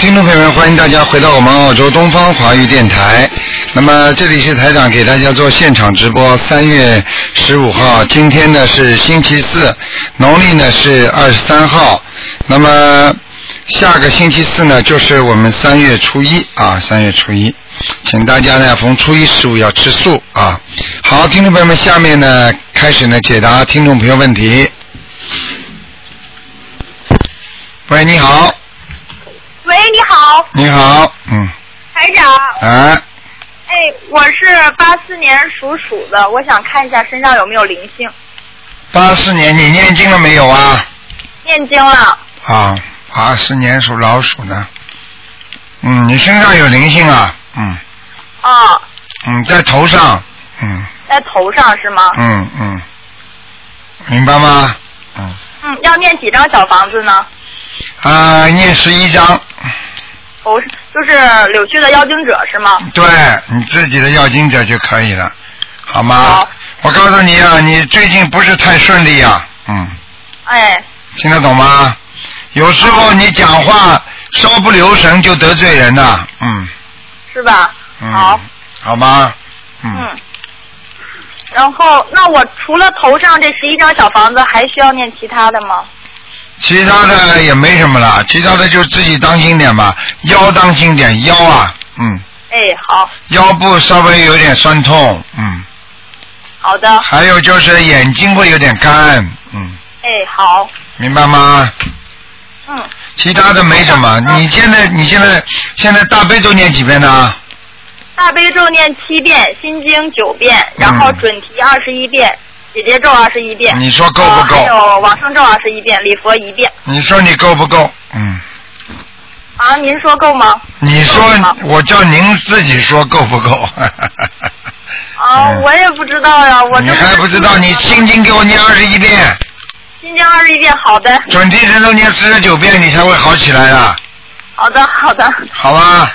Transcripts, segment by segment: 听众朋友们，欢迎大家回到我们澳洲东方华语电台。那么这里是台长给大家做现场直播，三月十五号，今天呢是星期四，农历呢是二十三号。那么下个星期四呢，就是我们三月初一啊，三月初一，请大家呢逢初一十五要吃素啊。好，听众朋友们，下面呢开始呢解答听众朋友问题。喂，你好，喂，你好，你好，嗯，台长。哎，哎，我是八四年属鼠的，我想看一下身上有没有灵性。八四年你念经了没有啊？念经了，啊，八四年属老鼠的，嗯，你身上有灵性啊，嗯哦，嗯，在头上，嗯在头上是吗？嗯嗯，明白吗？嗯嗯，要念几张小房子呢？啊，念十一章，头是就是柳絮的妖精者是吗？对你自己的要经者就可以了，好吗？好我告诉你啊，你最近不是太顺利啊，嗯。哎，听得懂吗？有时候你讲话稍不留神就得罪人了，嗯是吧？嗯，好，，好吗？嗯，嗯。然后，那我除了头上这十一张小房子，还需要念其他的吗？其他的也没什么了，其他的就自己当心点吧，腰当心点，腰啊，嗯，哎，好，腰部稍微有点酸痛，嗯，好的，还有就是眼睛会有点干，嗯，哎，好，明白吗？嗯，其他的没什么，你现在你现在现在大悲咒念几遍呢？大悲咒念七遍，心经九遍，然后准提二十一遍，姐姐咒二十一遍。嗯你说够不够呃还有往生咒二十一遍，礼佛一遍。你说你够不够？嗯。啊，您说够吗？你够吗说，我叫您自己说够不够？啊，嗯我也不知道呀， 我这你还不知道？你心经给我念二十一遍，新疆二十一遍，好的，准提神咒念四十九遍，你才会好起来的，好的，好的，好吧？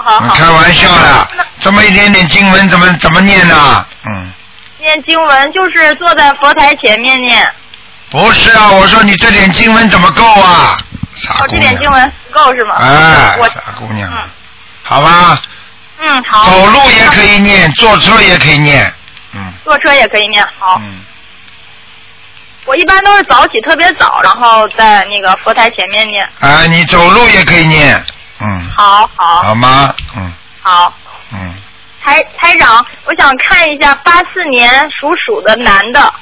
好好你开好。玩笑的，这么一点点经文怎么怎么念呢？嗯，念经文就是坐在佛台前面念，不是啊，我说你这点经文怎么够啊？傻哦，姑这娘点，经文不够是吗？哎啊我，傻姑娘，嗯好吧？嗯好。走路也可，以念，坐车也可以念，嗯，坐车也可以念，好。嗯，我一般都是早起特别早，然后在那个佛台前面念。哎，你走路也可以念，嗯，好好好吗？嗯好，嗯。台台长，我想看一下八四年属鼠的男的，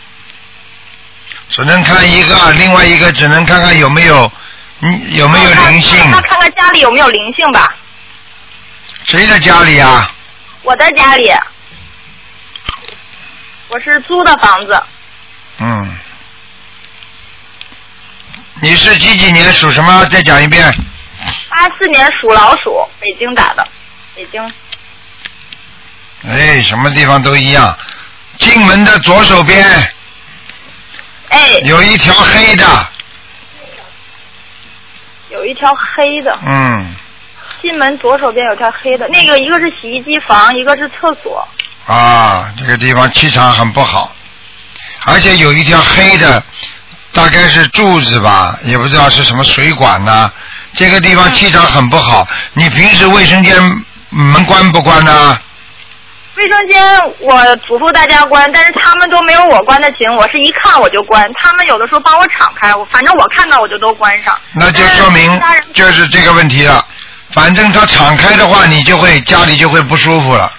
只能看一个，另外一个只能看看有没有，嗯，有没有灵性。那看看家里有没有灵性吧。谁的家里啊？我在家里，我是租的房子，嗯。你是几几年属什么？再讲一遍。八四年属老鼠，北京打的，北京。哎，什么地方都一样。进门的左手边哎，有一条黑的，有一条黑的，嗯，进门左手边有条黑的，那个一个是洗衣机房，一个是厕所。啊，这个地方气场很不好，而且有一条黑的，大概是柱子吧，也不知道是什么水管呐、这个地方气场很不好，你平时卫生间门关不关啊呢、卫生间我嘱咐大家关，但是他们都没有我关的勤，我是一看我就关。他们有的时候帮我敞开，我反正我看到我就都关上。那就说明但是其他人就是这个问题了。反正它敞开的话，你就会家里就会不舒服了。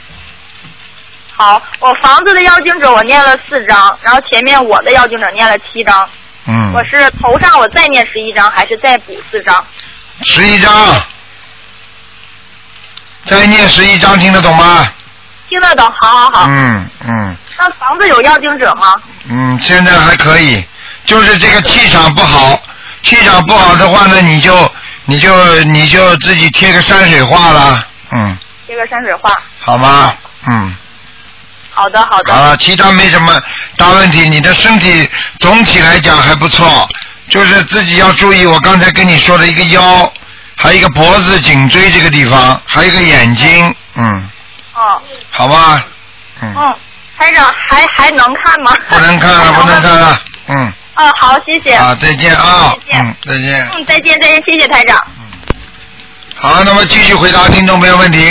好，我房子的邀请者我念了四张，然后前面我的邀请者念了七张。嗯，我是头上我再念十一张，还是再补四张？十一章，再念十一章，听得懂吗？听得懂？好好好。嗯嗯。那房子有邀请者吗？嗯，现在还可以，就是这个气场不好，气场不好的话呢，你就你就你就自己贴个山水画啦，嗯，这个山水画。好吗？嗯，好的，好的。好了，其他没什么大问题，你的身体总体来讲还不错，就是自己要注意我刚才跟你说的一个腰，还有一个脖子、颈椎这个地方，还有一个眼睛，嗯，嗯好吧，嗯，嗯，台长还还能看吗？不能看了，不能看。了，嗯， 嗯，好，谢谢。好，再见啊再，见嗯，再见。嗯，再见，再见，谢谢台长。好，那么继续回答听众朋友问题。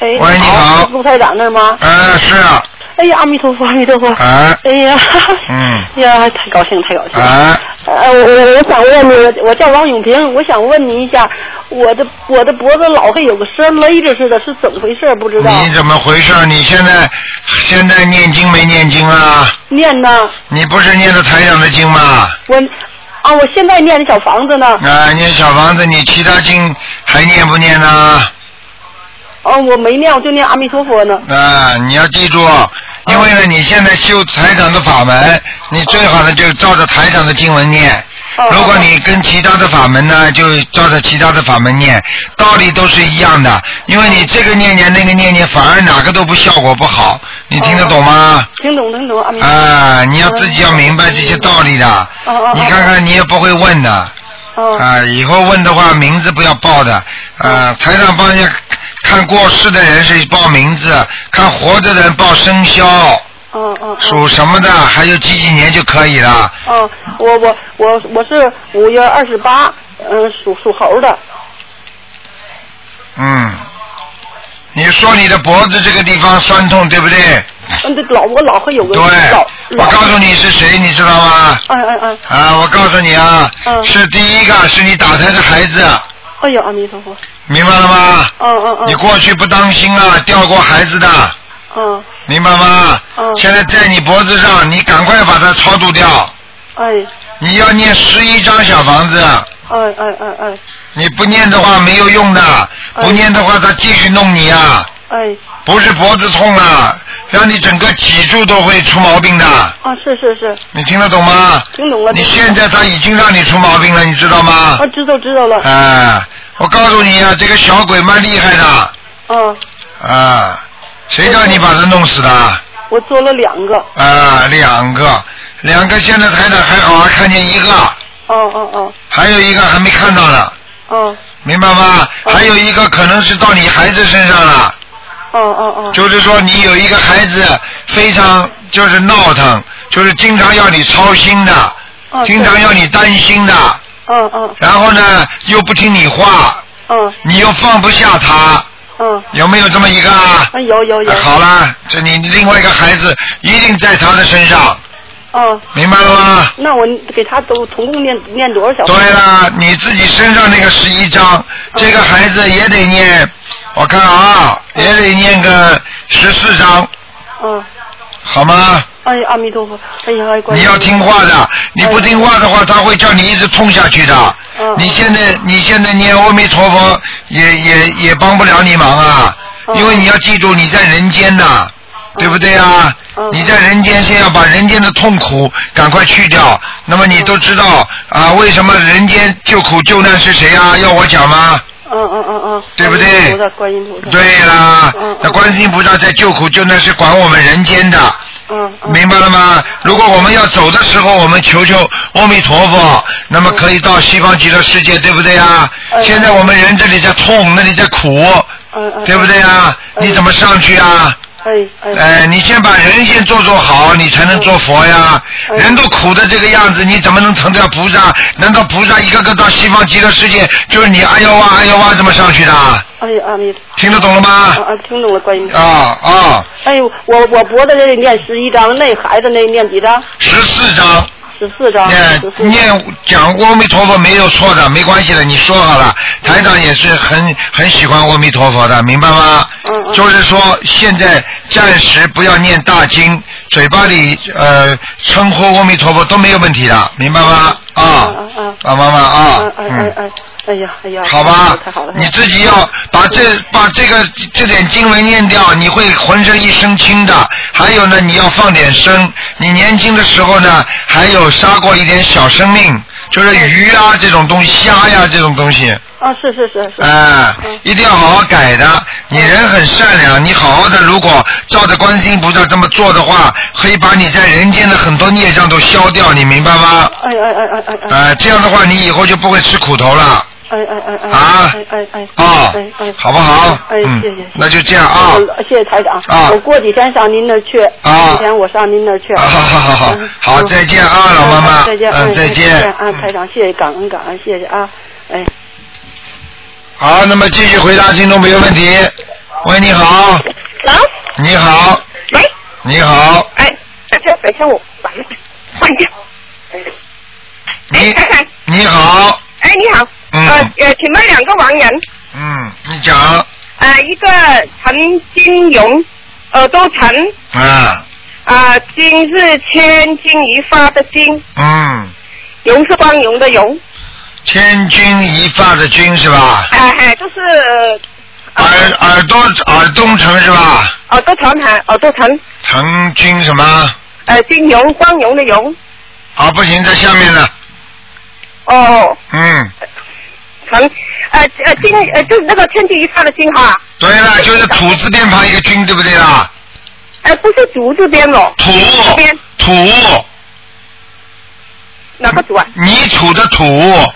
哎，喂你好是卢台长那儿吗？呃，是啊，哎呀，阿弥陀佛，阿弥陀佛。哎，哎呀， 嗯，哎呀，太高兴，太高兴。哎，呃，我我我想问你，我叫王永平，我想问你一下，我的我的脖子老是有个绳勒着似的，是怎么回事？不知道。你怎么回事？你现在现在念经没念经啊？念呢，你不是念的台长的经吗？我啊，我现在念的小房子呢，啊、念小房子，你其他经还念不念呢？哦、我没念，我就念阿弥陀佛呢。啊，你要记住，因为呢，你现在修台长的法门，你最好呢就照着台长的经文念。哦、如果你跟其他的法门呢，就照着其他的法门念，道理都是一样的。因为你这个念念那个念念，反而哪个都不效果不好，你听得懂吗？听懂听懂，阿弥陀佛。啊，你要自己要明白这些道理的。嗯哦哦哦你看看，你也不会问的。哦、啊，以后问的嗯话名字不要报的，啊，台上帮人家看过世的人是报名字，看活着的人报生肖，哦哦哦属什么的，还有几几年就可以了。哦，我我我我是五月二十八，嗯，属属猴的。嗯，你说你的脖子这个地方酸痛，对不对？嗯，这老我老会有个对老，我老。告诉你是谁，你知道吗？哎哎哎，啊，我告诉你啊，嗯是第一个是你打胎的孩子，哎呀，阿弥陀佛。明白了吗？嗯嗯嗯。你过去不当心啊，掉过孩子的。啊嗯，明白吗？嗯现在在你脖子上，你赶快把它超度掉。哎你要念十一张小房子，哎哎哎哎你不念的话没有用的，不念的话他继续弄你啊！哎，不是脖子痛啊，让你整个脊柱都会出毛病的。啊，是是是，你听得懂吗？听懂了。你听懂了现在他已经让你出毛病了，你知道吗啊，？知道知道了。啊，我告诉你啊，这个小鬼蛮厉害的哦嗯，啊，谁叫你把他弄死的？我做了两个。啊，两个，两个现在台长还好，还看见一个，哦哦哦还有一个还没看到呢，哦明白吗？哦还有一个可能是到你孩子身上了，哦哦哦。就是说你有一个孩子非常就是闹腾，就是经常要你操心的，哦经常要你担心的，嗯嗯然后呢又不听你话，嗯你又放不下他，嗯，有没有这么一个啊？啊有有有。好啦，这你另外一个孩子一定在他的身上，嗯，明白了吗？那我给他都总共念念多少小？嗯对。了，你自己身上那个十一章，这个孩子也得念，我看啊，也得念个十四章，嗯，好吗？哎呀，阿弥陀佛，哎呀，哎，观你世音要听话的，你不听话的话，他会叫你一直痛下去的嗯。你现在你现在念阿弥陀佛，也也也帮不了你忙啊，嗯因为你要记住你在人间呐，对不对啊嗯？你在人间先要把人间的痛苦赶快去掉。那么你都知道啊，为什么人间救苦救难是谁啊？要我讲吗？嗯嗯嗯嗯，对不对观音菩萨，观音菩萨。。对啦嗯嗯，那观世音菩萨在救苦救难是管我们人间的，嗯嗯。明白了吗？如果我们要走的时候，我们求求阿弥陀佛，那么可以到西方极乐世界，对不对啊？嗯现在我们人这里在痛，那里在苦，嗯嗯。对不对啊？嗯你怎么上去啊？哎哎。哎，你先把人先做做好，你才能做佛呀。嗯人都苦的这个样子，你怎么能成得了菩萨？难道菩萨一个个到西方极乐世界，就是你哎呦哇哎呦哇这么上去的？哎呀，阿弥陀。听得懂了吗？啊啊，听懂了，观音菩萨。啊啊，哎呦，我我脖子这里念十一章，那孩子那念几章？十四章，十四章。念十四章。念讲阿弥陀佛没有错的，没关系的，你说好了，台长也是很很喜欢阿弥陀佛的，明白吗？嗯嗯就是说现在暂时不要念大经，嘴巴里呃称呼阿弥陀佛都没有问题的，明白吗？啊嗯嗯嗯啊妈妈啊哎，哎嗯。哎，哎呀哎呀，好吧太好了，，你自己要把这把这个这点经文念掉，你会浑身一身轻的。还有呢，你要放点生。你年轻的时候呢，还有杀过一点小生命，就是鱼啊这种东西，虾呀、这种东西，啊是是是是，哎、嗯一定要好好改的。你人很善良，你好好的，如果照着观世音菩萨这么做的话，可以把你在人间的很多孽障都消掉，你明白吗？哎哎哎哎哎哎。哎、这样的话，你以后就不会吃苦头了。哎哎哎哎！啊哎哎哎！啊哎哎，，好不好？哎，嗯谢谢。那就这样啊。我谢谢台长。啊我过几天上您那儿去。啊过几天我上您那儿去。啊好好好好嗯好嗯再见啊老妈妈哎再见。嗯哎再见啊，台长，谢谢，感恩感恩，谢谢啊，哎。好，那么继续回答听众朋友问题。喂，你好，啊？你好，喂，你好，哎，哎这等一下我把那个换一下。你你好，哎，你好，嗯呃呃，请问两个亡人，嗯，你讲呃，一个陈金荣，耳朵陈，啊，啊、金是千金一发的金，嗯，荣是光荣的荣，千钧一发的钧是吧？哎、哎，就是呃耳耳朵耳东城是吧？耳朵陈哈，耳朵陈，曾经什么？呃，金荣光荣的荣，啊，不行，在下面呢。哦，嗯，陈，呃呃金呃就是那个千金一发的金哈，对了，就是土字边旁一个军，对不对啦？呃不是竹字边哦，土这边土，哪个竹啊？泥土的土。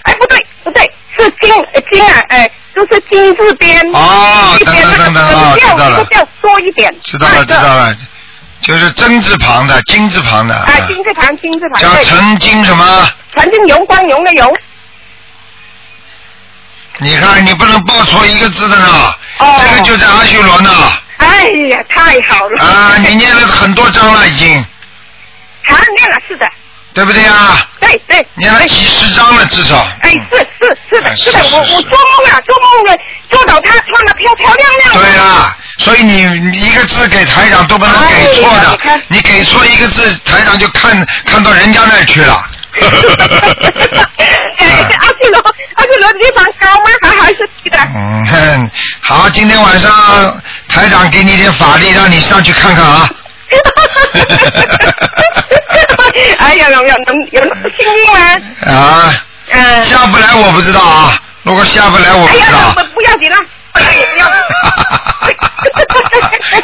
哎，不对，不对，是金呃金啊，哎，就是金字边。哦，一等边等等等那啊，个知道掉，了个，掉多一点。知道了，知道了。了，就是真字旁的，金字旁的。啊，嗯金字旁，金字旁，叫对，曾经什么？曾经荣光荣的荣。你看，你不能报错一个字的呢。哦这个就在阿修罗呢。哎呀，太好了。啊，你念了很多章了，已经，啊，念了，是的，对不对啊？对对。念了几十章了，至少。哎，是是哎是的，是是的，是我是我做梦了，做梦了，做到他穿的漂漂亮亮的。对啊，所以你你一个字给台长都不能给错哎呀你的看，你给错一个字，台长就看看到人家那儿去 了。哎，这阿修罗，阿修罗地方高吗？还还是低的？嗯，哼好，今天晚上台长给你点法力，让你上去看看啊。哎呀，有有能有那么幸运吗？啊，嗯。下不来我不知道啊，如果下不来我不哎知呀，道。不。不要紧了，不要紧，不要紧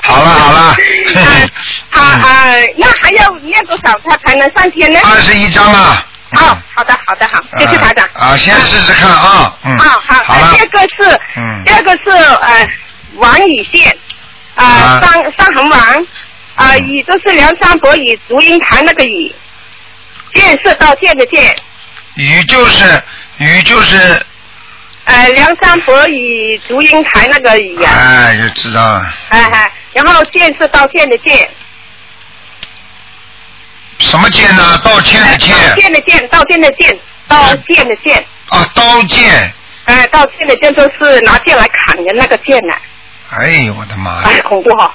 好了好了嗯好啊，那还要念多少他才能上天呢？二十一章啊。好，好的，好的，好，谢谢台长。啊，先试试看啊。嗯。好好，好呃了第。二个是嗯，第二个是呃，王宇宪，啊呃，三三横王，啊，嗯宇就是梁山伯与祝英台那个宇，建是道歉的建，雨就是雨就是，呃，梁山伯与祝英台那个宇啊，哎，就知道了。哎哎，然后建是道歉的建，什么剑呢？道歉哦的哎嗯道歉歉的歉，道歉的歉，道歉的歉，啊，刀剑。哎，道歉的歉就是拿剑来砍人那个剑呐、啊，哎呦我的妈哎呀！，恐怖哈、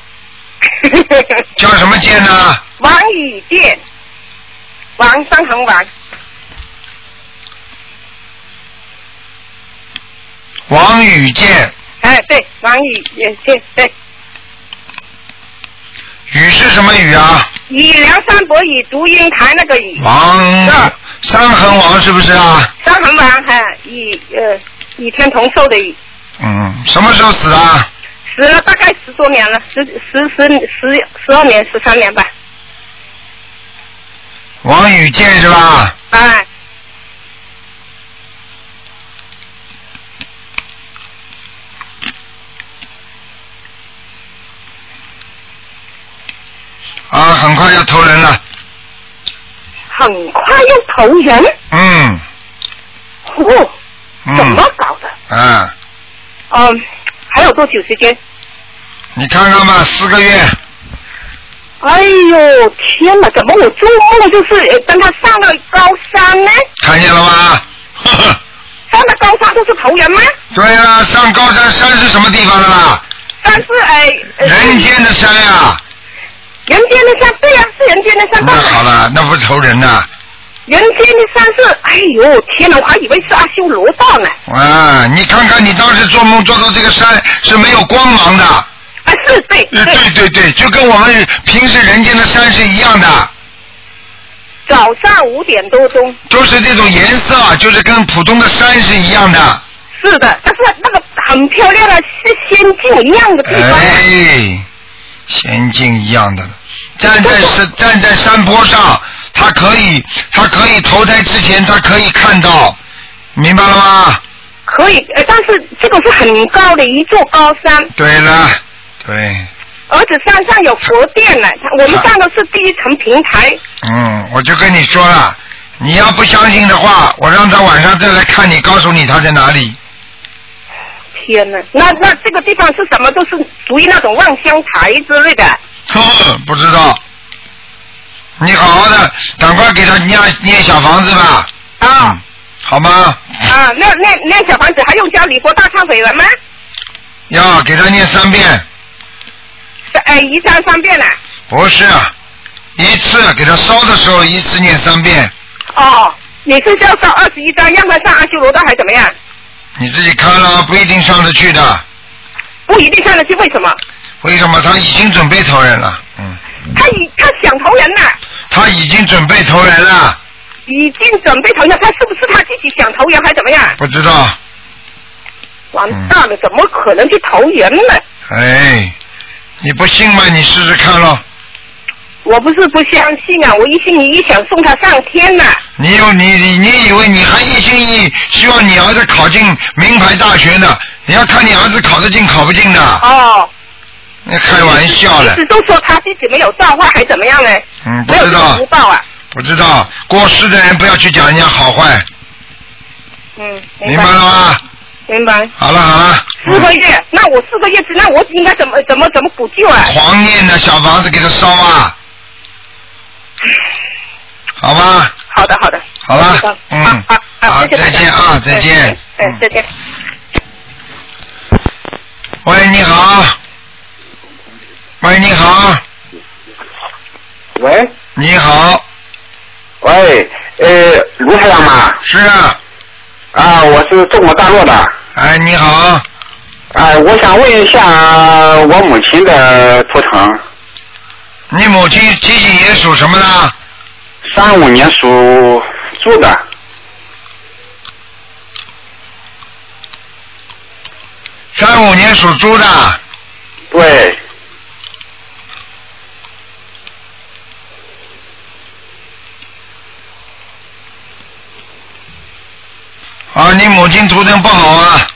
叫什么剑呢？王宇健，王三横王，王宇剑，哎，对，王宇健，对，雨是什么雨啊？以梁山伯与祝英台那个宇，王是三横王是不是啊？三横王哈，以呃与天同寿的宇，嗯，什么时候死啊的？死了大概十多年了，十十十十十二年十三年吧，王宇剑是吧？哎，啊，很快要投人了。很快又投人，嗯哦，嗯。怎么搞的？嗯，嗯，还有多久时间？你看看吧，啊四个月。哎呦天哪！怎么我做梦就是呃跟他上了高三呢？看见了吗？呵呵 上了高三就是投人吗？对呀、上高山山是什么地方的啦？但是哎，呃人间的山呀、嗯人间的山对呀、是人间的山，那好了，那不愁人呐、人间的山是哎呦天哪！我还以为是阿修罗道呢。啊！你看看你当时做梦做到这个山是没有光芒的。啊，是对呃对，对对对，就跟我们平时人间的山是一样的，早上五点多钟，都是这种颜色，就是跟普通的山是一样的。是的，但是那个很漂亮的，是仙境一样的地方。啊哎，仙境一样的，站在山站在山坡上，他可以他可以投胎之前，他可以看到，明白了吗？可以，呃，但是这个是很高的一座高山，对了，对，而且山上有佛殿呢。它我们上的是第一层平台，嗯，我就跟你说了，你要不相信的话，我让他晚上再来看你，告诉你他在哪里。天呐，那那这个地方是什么？都是属于那种望乡台之类的。哼， 不知道。你好好的，赶快给他念念小房子吧，啊、嗯好吗？啊，那那那小房子还用教礼佛大忏悔文吗？要给他念三遍，是哎，一张三遍了。不是啊一次给他烧的时候一次念三遍，哦，你是要烧二十一张，让他上阿修罗道还是怎么样？你自己看了不一定上得去的。不一定上得去，为什么？为什么他已经准备投人了？嗯，他已他想投人了，他已经准备投人了，已经准备投人了，他是不是他自己想投人还是怎么样？不知道。完蛋嗯了，怎么可能去投人呢？哎，你不信吗？你试试看咯。我不是不相信啊，我一心一意想送他上天呐、你有你你你以为你还一心一意希望你儿子考进名牌大学呢？你要看你儿子考得进考不进的，哦，那开玩笑了一直，都说他自己没有造化，还怎么样呢？嗯，不没有知这道个福报啊。不知道，过世的人不要去讲人家好坏，嗯，明白了吗？明白。好了啊好了，四个月，那我四个月之内，我应该怎么怎么怎么补救啊？狂念的小房子给他烧啊，好吧，好的，好的。好了，好嗯，好好，好，再谢谢大家见啊，再见，嗯，嗯再见。喂，你好，喂，你好，喂，你好，喂，呃，卢台长吗？是啊，啊，我是中国大陆的。哎，你好，啊，我想问一下我母亲的图腾，你母亲几几年属什么的？三五年属猪的。三五年属猪的，对，啊，你母亲图腾不好啊，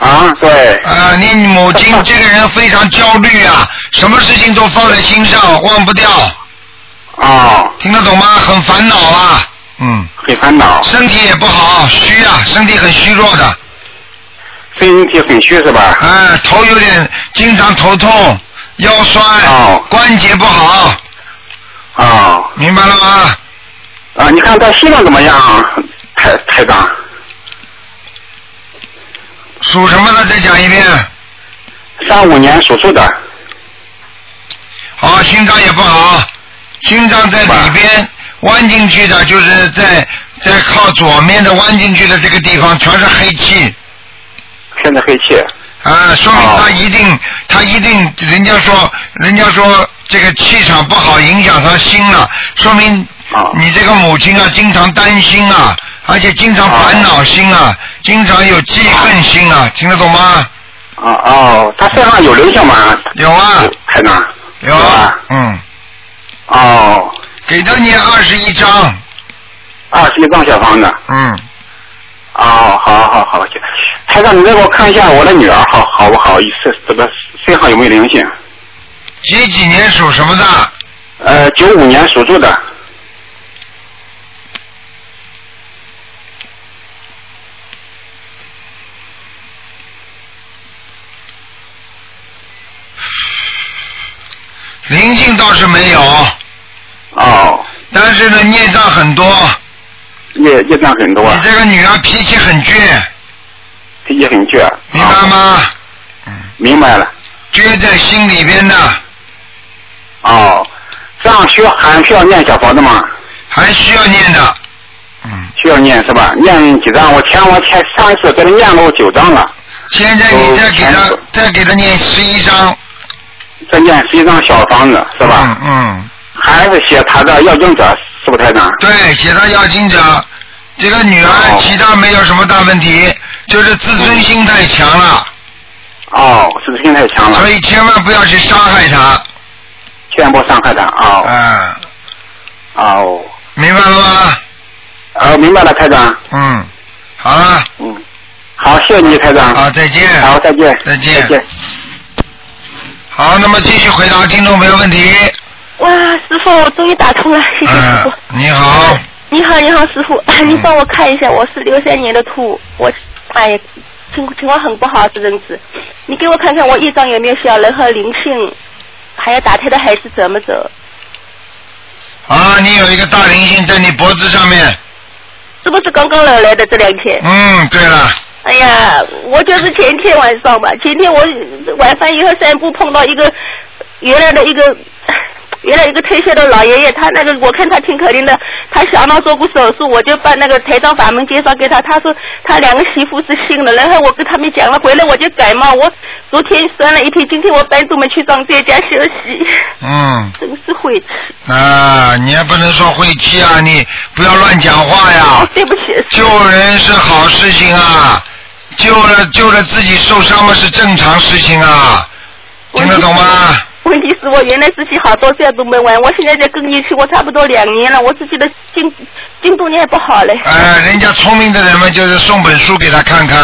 啊，对，啊，你母 亲这个人非常焦虑啊，什么事情都放在心上，忘不掉，哦，听得懂吗？很烦恼啊，嗯，很烦恼，身体也不好，虚啊，身体很虚弱的，身体很虚是吧？啊，头有点经常头痛、腰酸哦，关节不好，哦，明白了吗？啊，你看他心脏怎么样，啊台台长？属什么的？再讲一遍。三五年属猪的，好，心脏也不好，心脏在里边弯进去的，就是在在靠左面的弯进去的这个地方全是黑气现在黑气，啊，说明哦他一定他一定，人家说人家说这个气场不好，影响他心了，说明哦你这个母亲啊，经常担心啊，而且经常烦恼心啊，经常有记恨心啊，听得懂吗？啊哦，他身上有灵性吗？有啊，台长。有啊啊，。嗯，哦，给他念二十一章，二十一张小房子。嗯。哦，好好好，行台长，你再给我看一下我的女儿，好好不好？是这个身上有没有灵性？几几年属什么的？呃，九五年属猪的，灵性倒是没有，哦，但是呢，孽障很多。业业障很多啊你，这个女儿脾气很倔，脾气很倔。明白哦？吗？明白了。倔在心里边的，哦，这样需要还需要念小房子吗？还需要念的。嗯，需要念是吧？念几张？我前我前上一次给他念过九张了，现在你再给她哦再给她念十一章，再念十一张小房子是吧？嗯嗯，还是写他的要经者是不是台长？对，写到要经者。这个女儿哦其他没有什么大问题，就是自尊心太强了，哦，是不是心太强了所，以千万不要去伤害她。千万不要伤害他哦啊，哦，明白了吗？呃，明白了，台长。嗯，好了，嗯，好，谢谢你，台长。好，再见。好，再见。再见再见。好，那么继续回答听众朋友问题。哇，师傅，我终于打通了，谢谢师傅。嗯，你嗯好， 你好，你好，师傅，你帮我看一下，我是六三年的兔，我，哎呀，情情况很不好啊这阵子，你给我看看我业障有没有消，然后灵性，还有打胎的孩子怎么走？啊，你有一个大灵性在你脖子上面。是不是刚刚来来的这两天？嗯，对了，哎呀，我就是前天晚上吧，前天我晚饭以后散步碰到一个原来的一个。 原来一个退休的老爷爷，他那个我看他挺可怜的，他小脑做过手术，我就把那个台长法门介绍给他，他说他两个媳妇是信的，然后我跟他们讲了，回来我就感冒，我昨天生了一天，今天我搬出门去上在家休息， 嗯，真是晦气。啊，你还不能说晦气啊，你不要乱讲话呀哦，。对不起，救人是好事情啊，救了救了自己受伤了是正常事情啊，听得懂吗？问题是我原来自己好多事都没完，我现在在更年期，我差不多两年了，我自己的进进度也不好嘞。呃，人家聪明的人们就是送本书给他看看，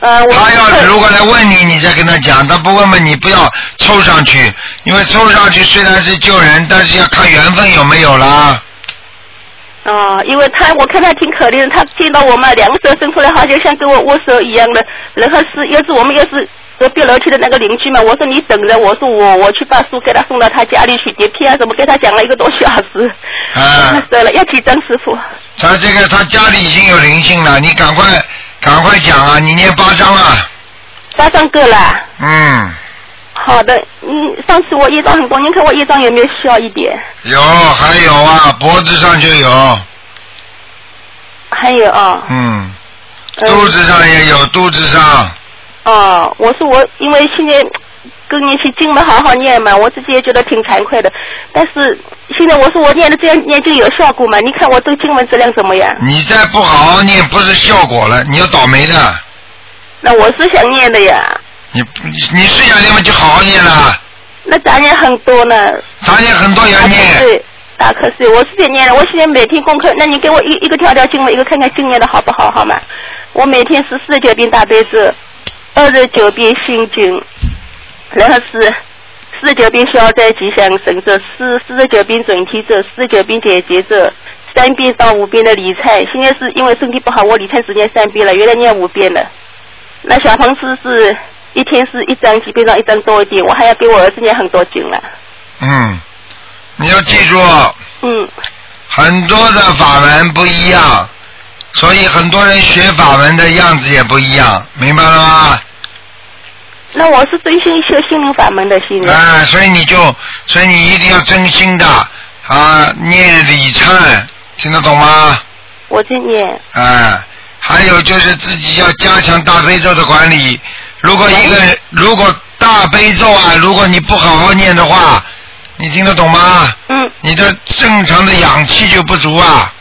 呃，我他要如果来问你，你再跟他讲，他不问问你不要凑上去，因为凑上去虽然是救人，但是要看缘分有没有啦。哦，因为他我看他挺可怜的，他见到我嘛，两个手伸出来，好像像跟我握手一样的。然后是又是我们又是隔壁楼梯的那个邻居嘛，我说你等着，我说我我去把书给他送到他家里去，碟片啊什么给他讲了一个多小时。啊、对了，要几张师傅？他这个他家里已经有灵性了，你赶快赶快讲啊，你念八章啊，八张够啦。嗯，好的，嗯，上次我一张很多，您看我一张有没有需要一点？有还有啊，脖子上就有，还有啊、嗯，嗯肚子上也有，肚子上，哦，我说我因为现在更年期经没好好念嘛，我自己也觉得挺惭愧的。但是现在我说我念的这样念经有效果嘛？你看我这个经文质量怎么样？你再不好好念，不是效果了，你要倒霉的。那我是想念的呀，你你你是想念嘛，就好好念了，那杂念很多呢，咱也很多打要瞌念。睡，打瞌睡，我是得念的。我现在每天功课，那你给我一一个条条经文，一个看看经念的好不好，好吗？我每天是四十九遍大悲咒，二十九遍心经，然后是四十九遍消灾吉祥神咒，四四十九遍准提咒，四十九遍解结咒，三遍到五遍的理财。现在是因为身体不好，我理财只念三遍了，原来念五遍了。那小房子是一天是一张，基本上一张多一点，我还要给我儿子念很多经了。嗯，你要记住，嗯，很多的法门不一样，所以很多人学法门的样子也不一样，明白了吗？那我是真心修心灵法门的心灵。啊，所以你就，所以你一定要真心的啊，念礼忏，听得懂吗？我在念，啊，还有就是自己要加强大悲咒的管理。如果一个人，如果大悲咒啊，如果你不好好念的话，你听得懂吗？嗯你的正常的氧气就不足啊，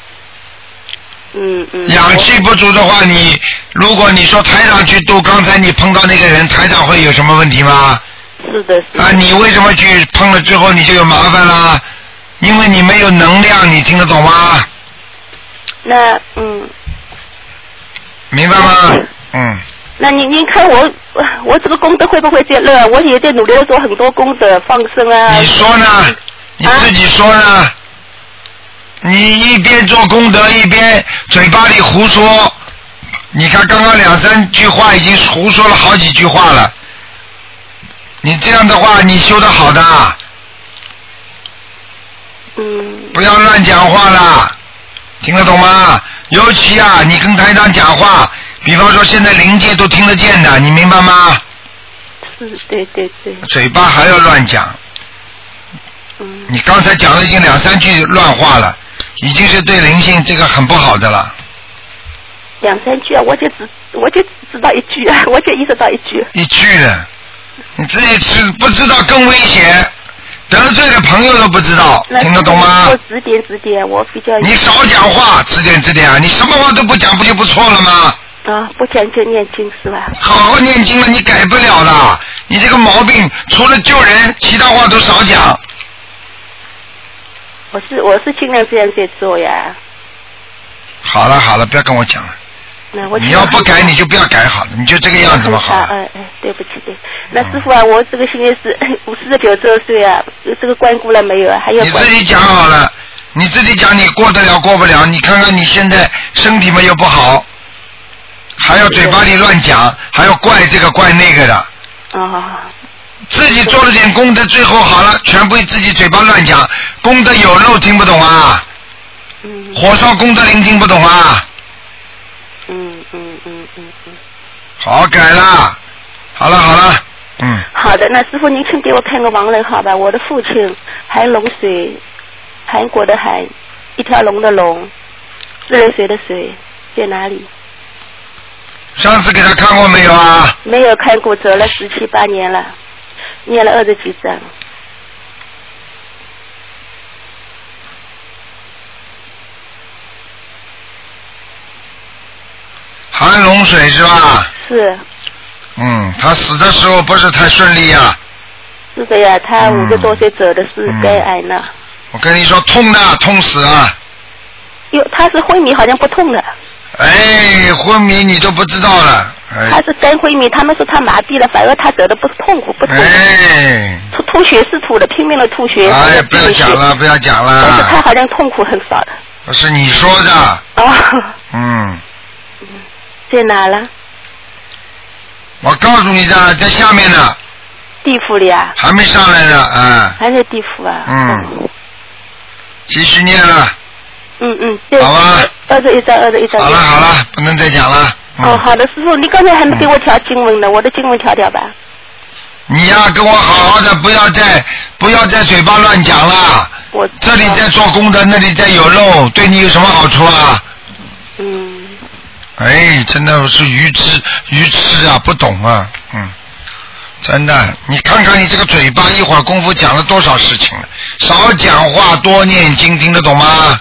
嗯嗯。氧气不足的话，你如果你说台长去度，刚才你碰到那个人，台长会有什么问题吗？我是的，是的。啊，你为什么去碰了之后你就有麻烦啦？因为你没有能量，你听得懂吗？那嗯，明白吗？嗯，那您您看我我这个功德会不会在热？我也在努力的做很多功德，放生啊。你说呢？你自己说呢？你一边做功德一边嘴巴里胡说，你看刚刚两三句话已经胡说了好几句话了。你这样的话，你修得好的，嗯不要乱讲话啦，听得懂吗？尤其啊，你跟台长讲话，比方说现在灵界都听得见的，你明白吗？是，嗯对对对，嘴巴还要乱讲，嗯你刚才讲了已经两三句乱话了，已经是对灵性这个很不好的了。两三句啊，我就只我就只知道一句啊，我就意识到一句。一句了，你自己知不知道更危险？得罪了朋友都不知道，那听得懂吗我？指点指点，我比较你少讲话，指点指点啊！你什么话都不讲，不就不错了吗？啊，不讲究念经是吧？好好念经了，你改不了了。你这个毛病，除了救人，其他话都少讲。我是我是尽量这样在做呀。好了好了，不要跟我讲了。那我你要不改，你。你就不要改好了，你就这个样子嘛，好啊了。哎哎，对不起，对不起。那师傅啊，我这个现在是 五四十九周岁啊，这个关过了没有啊？还要你关自？己讲好了，你自己讲你过得了过不了，你看看你现在身体嘛又不好，还要嘴巴里乱讲，还要怪这个怪那个的。啊，自己做了点功德，最后好了，全部自己嘴巴乱讲，功德有漏听不懂啊，嗯火烧功德林听不懂啊，嗯嗯嗯嗯嗯。好好改啦，好了好了，嗯，好的，那师傅您请给我看个亡人好吧？我的父亲韩龙水，韩国的韩，一条龙的龙，自来水的水，在哪里？上次给他看过没有啊？没有看过，走了十七八年了，念了二十几章。韩龙水是吧？是嗯，他死的时候不是太顺利啊，是的呀，他五个多岁走的是嗯肝癌呢。我跟你说痛的痛死啊，哟、他是昏迷，好像不痛的。哎，昏迷你都不知道了，他哎，是肝昏迷，他们说他麻痹了，反而他走的不痛苦，不痛苦。哎，吐吐血是吐的，拼命的吐血。哎，不要讲了，不要讲但是他了，好像痛苦很少的。是你说的，哦，嗯。在哪了？我告诉你的，在下面呢，地府里啊，还没上来呢，啊，还在地府啊。嗯继续念了。嗯嗯，对。好吧。二十一张，二十一张。好了好了，不能再讲了。嗯、哦，好的，师傅，你刚才还没给我调经文呢，我的经文调调吧。你呀、跟我好好的，不要再不要再嘴巴乱讲了。我这里在做功德，那里在有漏，对你有什么好处啊？嗯，哎，真的是愚痴愚痴啊，不懂啊，嗯，真的，你看看你这个嘴巴，一会儿功夫讲了多少事情了？少讲话，多念经，听得懂吗？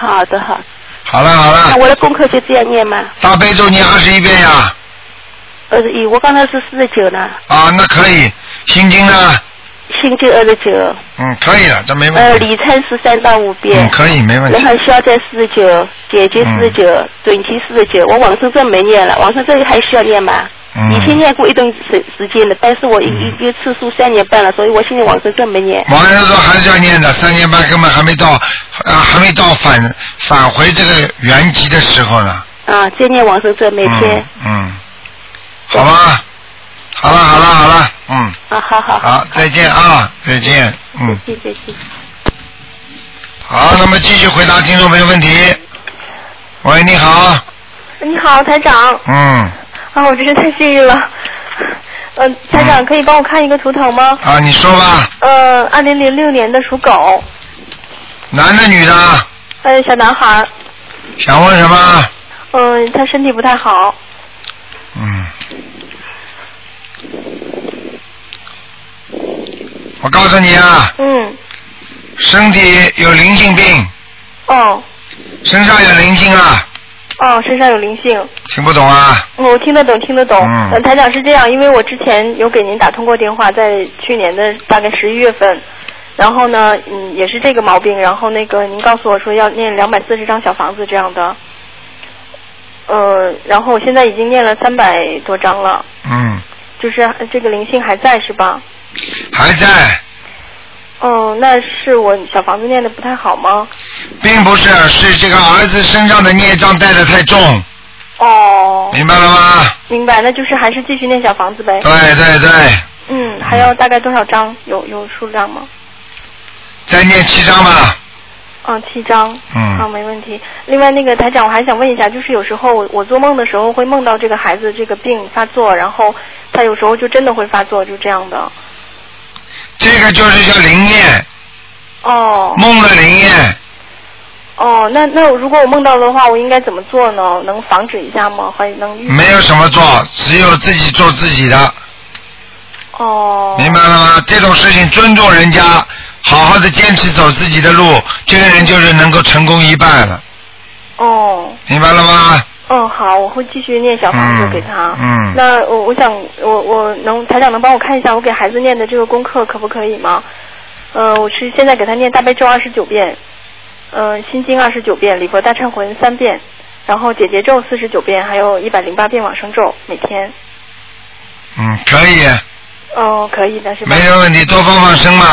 好的好的。好了好那了，我的功课就这样念吗？大悲咒念二十一遍呀、二十一，我刚才是四十九呢，啊，那可以。心经呢？心经二十九，嗯，可以了，这没呃，问题。礼忏是三到五遍。嗯，可以，没问然题。嗯后消灾四十九，解决四十九，准提四十九。我往生咒没念了，往生咒还需要念吗？嗯以前念过一段时时间的，但是我一一个次数三年半了，所以我现在往生咒没念。王人说还是要念的，三年半根本还没到，啊，还没到返返回这个原籍的时候呢。啊，再念往生咒每天。嗯。嗯。好吧，好了，好了，好了，嗯，啊，好好好，好，再见啊，再见，嗯，谢谢谢谢。好，那么继续回答听众朋友问题。喂，你好，你好，台长。嗯，啊，我真是太幸运了。嗯、台长，可以帮我看一个图腾吗？啊，你说吧，呃，二零零六年的属狗，男的女的，呃，小男孩儿，想问什么？嗯、他身体不太好，嗯，我告诉你啊，嗯，身体有灵性病，哦，身上有灵性啊，哦，身上有灵性，听不懂啊？我哦听得懂，听得懂。嗯呃台长是这样，因为我之前有给您打通过电话，在去年的大概十一月份，然后呢，嗯，也是这个毛病，然后那个您告诉我说要念两百四十张小房子这样的，呃，然后我现在已经念了三百多张了，嗯，就是呃这个灵性还在是吧？还在，哦，那是我小房子念的不太好吗？并不是啊是这个儿子身上的孽障带的太重，哦，明白了吗？明白，那就是还是继续念小房子呗。对对对，嗯，还要大概多少张？有有数量吗？再念七章吧。嗯，七张。啊，嗯，没问题。另外，那个台长，我还想问一下，就是有时候我我做梦的时候会梦到这个孩子这个病发作，然后他有时候就真的会发作，就这样的。这个就是叫灵验，哦梦的灵验，哦，那那如果我梦到的话，我应该怎么做呢？能防止一下吗？还能预？没有什么做，只有自己做自己的。哦，明白了吗？这种事情尊重人家，好好的坚持走自己的路，这个人就是能够成功一半了，哦。明白了吗？嗯，好，我会继续念小房子给他。嗯嗯那我我想，我我能台长能帮我看一下我给孩子念的这个功课可不可以吗？呃，我是现在给他念大悲咒二十九遍，嗯、心经二十九遍，礼佛大忏魂三遍，然后解结咒四十九遍，还有一百零八遍往生咒每天。嗯，可以，哦、可以的是吧没？有问题，多放放生嘛。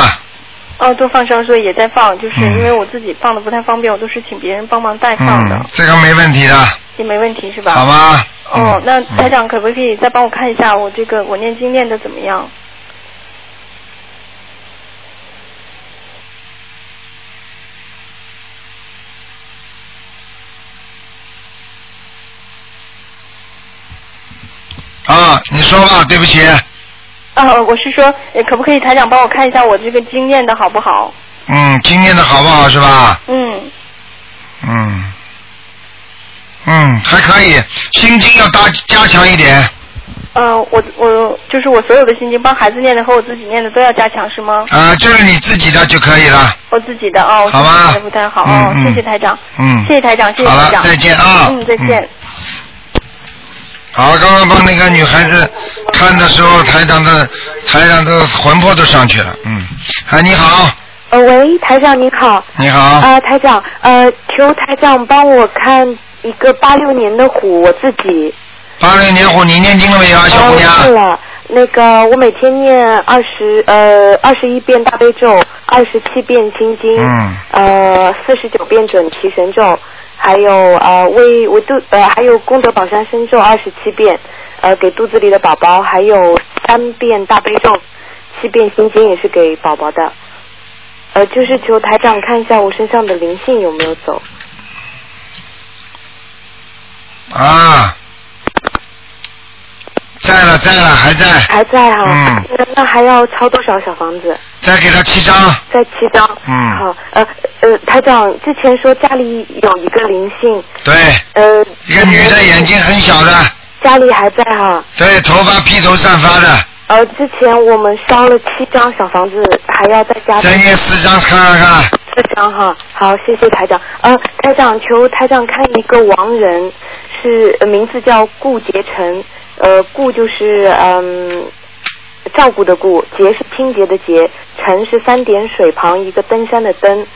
哦，多放生，所以也在放，就是嗯因为我自己放的不太方便，我都是请别人帮忙代放的。嗯，这个没问题的。也没问题是吧？嗯好吗？哦嗯，那嗯台长可不可以再帮我看一下我这个我念经念的怎么样？啊，你说吧，对不起，啊，我是说，呃可不可以台长帮我看一下我这个经念的好不好？嗯，今天的好不好是吧？嗯，嗯，嗯，还可以，心经要搭加强一点呃，我我就是我所有的心经，帮孩子念的和我自己念的都要加强是吗？啊，这是你自己的就可以了，我自己的啊，我好吧念的不太好嗯哦，嗯谢谢台长，嗯谢谢台长，谢谢好台了长，，再见啊，嗯，再见。好，刚刚帮那个女孩子看的时候，台长的台长的魂魄都上去了。嗯，哎，你好，呃，喂，台长您好，你好，呃，台长，呃，求台长帮我看一个八六年的虎，我自己，八零年虎，你念经了没有啊，小呃，姑我娘看？了，那个我每天念二十呃二十一遍大悲咒，二十七遍心经，嗯呃四十九遍准提神咒，还有呃为我肚呃还有功德宝山神咒二十七遍，呃给肚子里的宝宝，还有三遍大悲咒，七遍心经也是给宝宝的。呃，就是求台长看一下我身上的灵性有没有走。啊，在了，在了，啊还在，还在哈、嗯那那还要抄多少小房子？再给他七张。在七张。嗯好，呃呃，台长之前说家里有一个灵性，对，呃，一个女的，眼睛很小的，家里还在哈、对，头发披头散发的，呃，之前我们烧了七张小房子，还要再加再念四张看看看。四张哈。好，谢谢台长。呃，台长，求台长看一个亡人，是、呃名字叫顾杰成，呃，顾就是嗯。照顾的顾，杰是清洁的洁，成是三点水旁一个登山的登，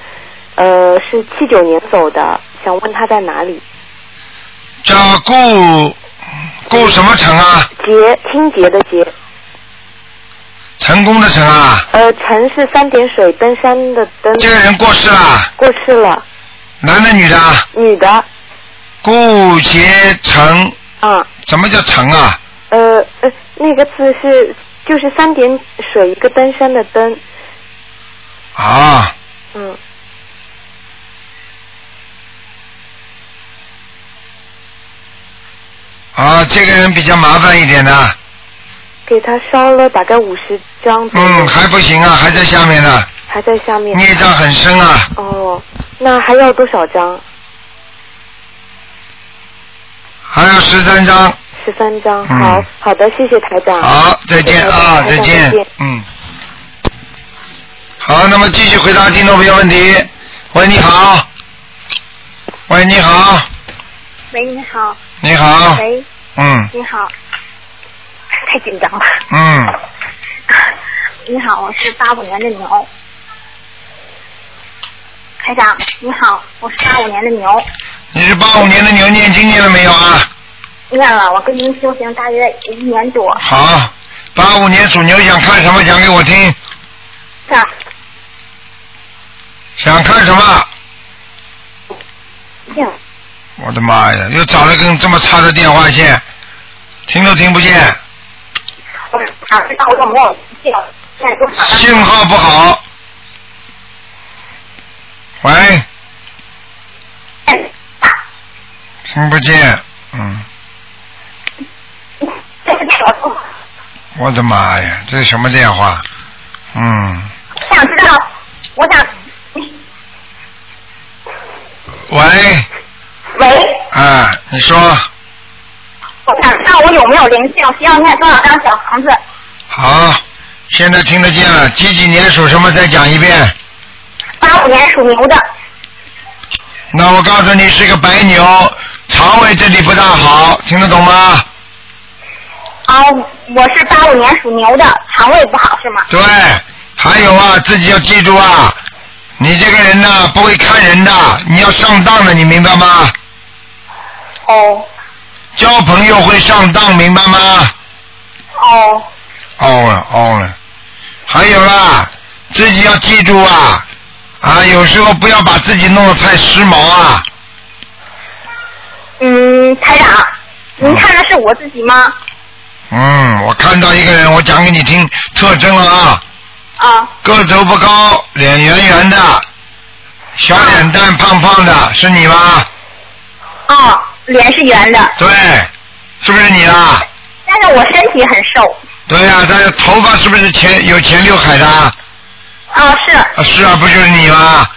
呃，是七九年走的，想问他在哪里？叫顾顾什么成啊？洁，清洁的洁，成功的成啊？呃，成是三点水，登山的登，这个人过世了，过世了，男的女的啊？女的，顾杰成，啊、怎么叫成啊？呃呃，那个字是就是三点水一个登山的登，啊，嗯，啊，这个人比较麻烦一点啊的，给他烧了大概五十张左右，嗯，还不行啊，还在下面呢，还在下面。孽障很深啊，哦，那还要多少张？还有十三章，十三张。嗯好好的，谢谢台长。好，再见啊，谢再谢台长见再见，嗯，好，那么继续回答听众朋友问题。喂，你好，喂，你好，喂，你好。你好，喂，嗯你好。太紧张了。嗯，你好，我是八五年的牛。台长，你好，我是八五年的牛。你是八五年的牛，念经念了没有啊？念了，我跟您修行大约一年多。好，八五年属牛想看什么讲给我听，这样，想看什么？这样我的妈呀，又找了根这么差的电话线，听都听不见，我想知道我有没有这个现在多少张？信号不好。喂，听不见，嗯，这是多少张？我的妈呀，这是什么电话？嗯，我想知道，我想，喂，喂，啊，你说，我想知道我有没有灵性，需要念多少张小房子？好，现在听得见了，几几年属什么？再讲一遍。八五年属牛的，那我告诉你，是个白牛，肠胃这里不大好，听得懂吗？啊，我是八五年属牛的，肠胃不好是吗？对，还有啊，自己要记住啊，你这个人呐、不会看人的，你要上当的，你明白吗？哦交朋友会上当，明白吗？哦哦了哦了，还有啦，自己要记住啊啊，有时候不要把自己弄得太时髦啊，嗯，台长，您看的是我自己吗？嗯，我看到一个人，我讲给你听特征了啊，啊，个头不高，脸圆圆的，小脸蛋胖胖的，是你吗？哦，脸是圆的，对，是不是你啊？但是我身体很瘦。对呀、但是头发是不是前有前刘海的？啊，啊，是，是啊，不就是你吗？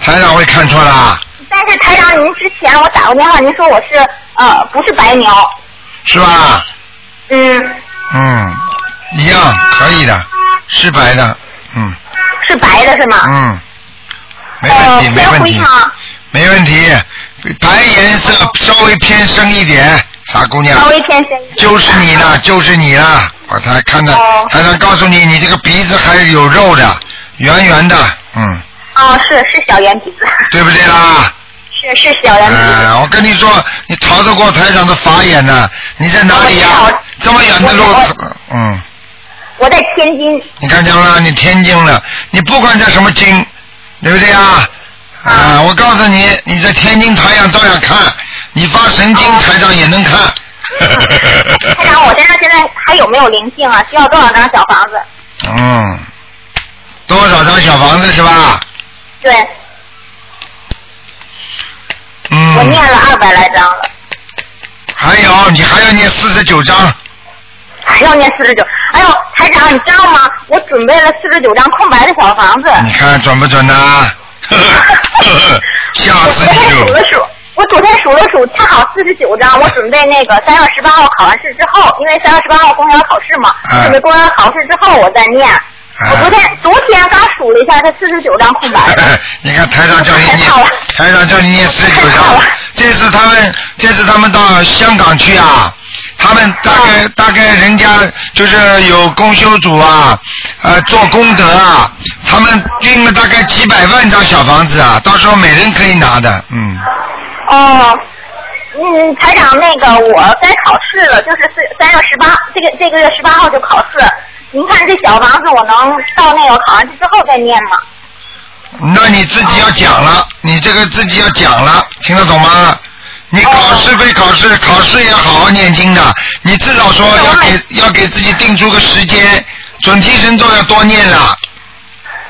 台长会看错啦，但是台长，您之前我打过电话，您说我是呃不是白牛，是吧？嗯，嗯，一样可以的，是白的，嗯是白的是吗？嗯，没问呃，题，没偏问灰题，吗？没问题，白颜色稍微偏深一点，傻姑娘稍，微偏深一点。就是你了，就是你了，我才看到，哦才能告诉你，你这个鼻子还有肉的，圆圆的，嗯，啊，是是小圆鼻子，对不对啦？是是小圆鼻子。嗯，我跟你说，你逃得过台长的法眼呢？你在哪里呀、我知道这么远的路我，嗯，我在天津，你看见了？你天津了，你不管在什么京，对不对啊？啊，我告诉你，你在天津台上照样看，你发神哦经台上也能看。 台长，我身上现在还有没有灵性啊？需要多少张小房子？嗯，多少张小房子是吧？对，嗯。我念了二百来张了，还有，你还要念四十九张。还要念四十九。哎呦，台长，你知道吗？我准备了四十九张空白的小房子。你看准不准呐、 吓死你我昨天数就了！数，我昨天数了数，恰好四十九张。我准备那个三月十八号考完试之后，因为三月十八号公务员考试嘛，嗯准备公务员考试之后我再念。哎啊我昨天昨天刚数了一下，才四十九张空白的。哎你看台长叫你念太好了，台长叫你念十九太好章了。这次他们，这次他们到香港去啊，他们大哦概、大概人家就是有公修组啊，呃，做功德啊，他们运了大概几百万张小房子啊，到时候每人可以拿的，嗯，哦，嗯，台长，那个我该考试了，就是四三月十八，这个这个月十八号就考试。您看这小房子，我能到那个考完试之后再念吗？那你自己要讲了，你这个自己要讲了，听得懂吗？你考试归考试，考试也好好念经的。你至少说要给要给自己定出个时间，准提神咒要多念了。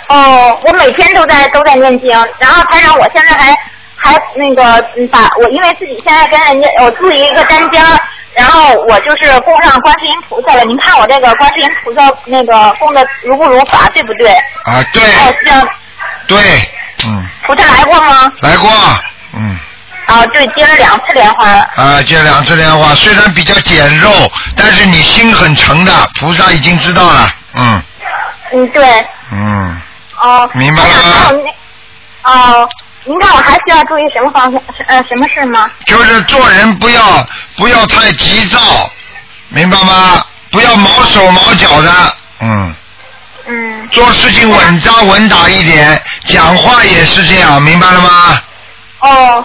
哦，我每天都在都在念经，然后台长，我现在还还那个嗯把我因为自己现在跟人家我住一个单间儿，然后我就是供上观世音菩萨了。您看我这个观世音菩萨那个供的如不如法，对不对？啊，对哦，这样对，嗯，菩萨来过吗？来过，嗯，哦，对，接了两次莲花了。啊，这两次莲花虽然比较简陋，但是你心很诚的，菩萨已经知道了，嗯嗯，对，嗯，哦。明白了吗还有那哦，您看我还需要注意什么方向？呃，什么事吗？就是做人不要不要太急躁，明白吗？不要毛手毛脚的，嗯。嗯，做事情稳扎稳打一点，讲话也是这样，明白了吗？哦。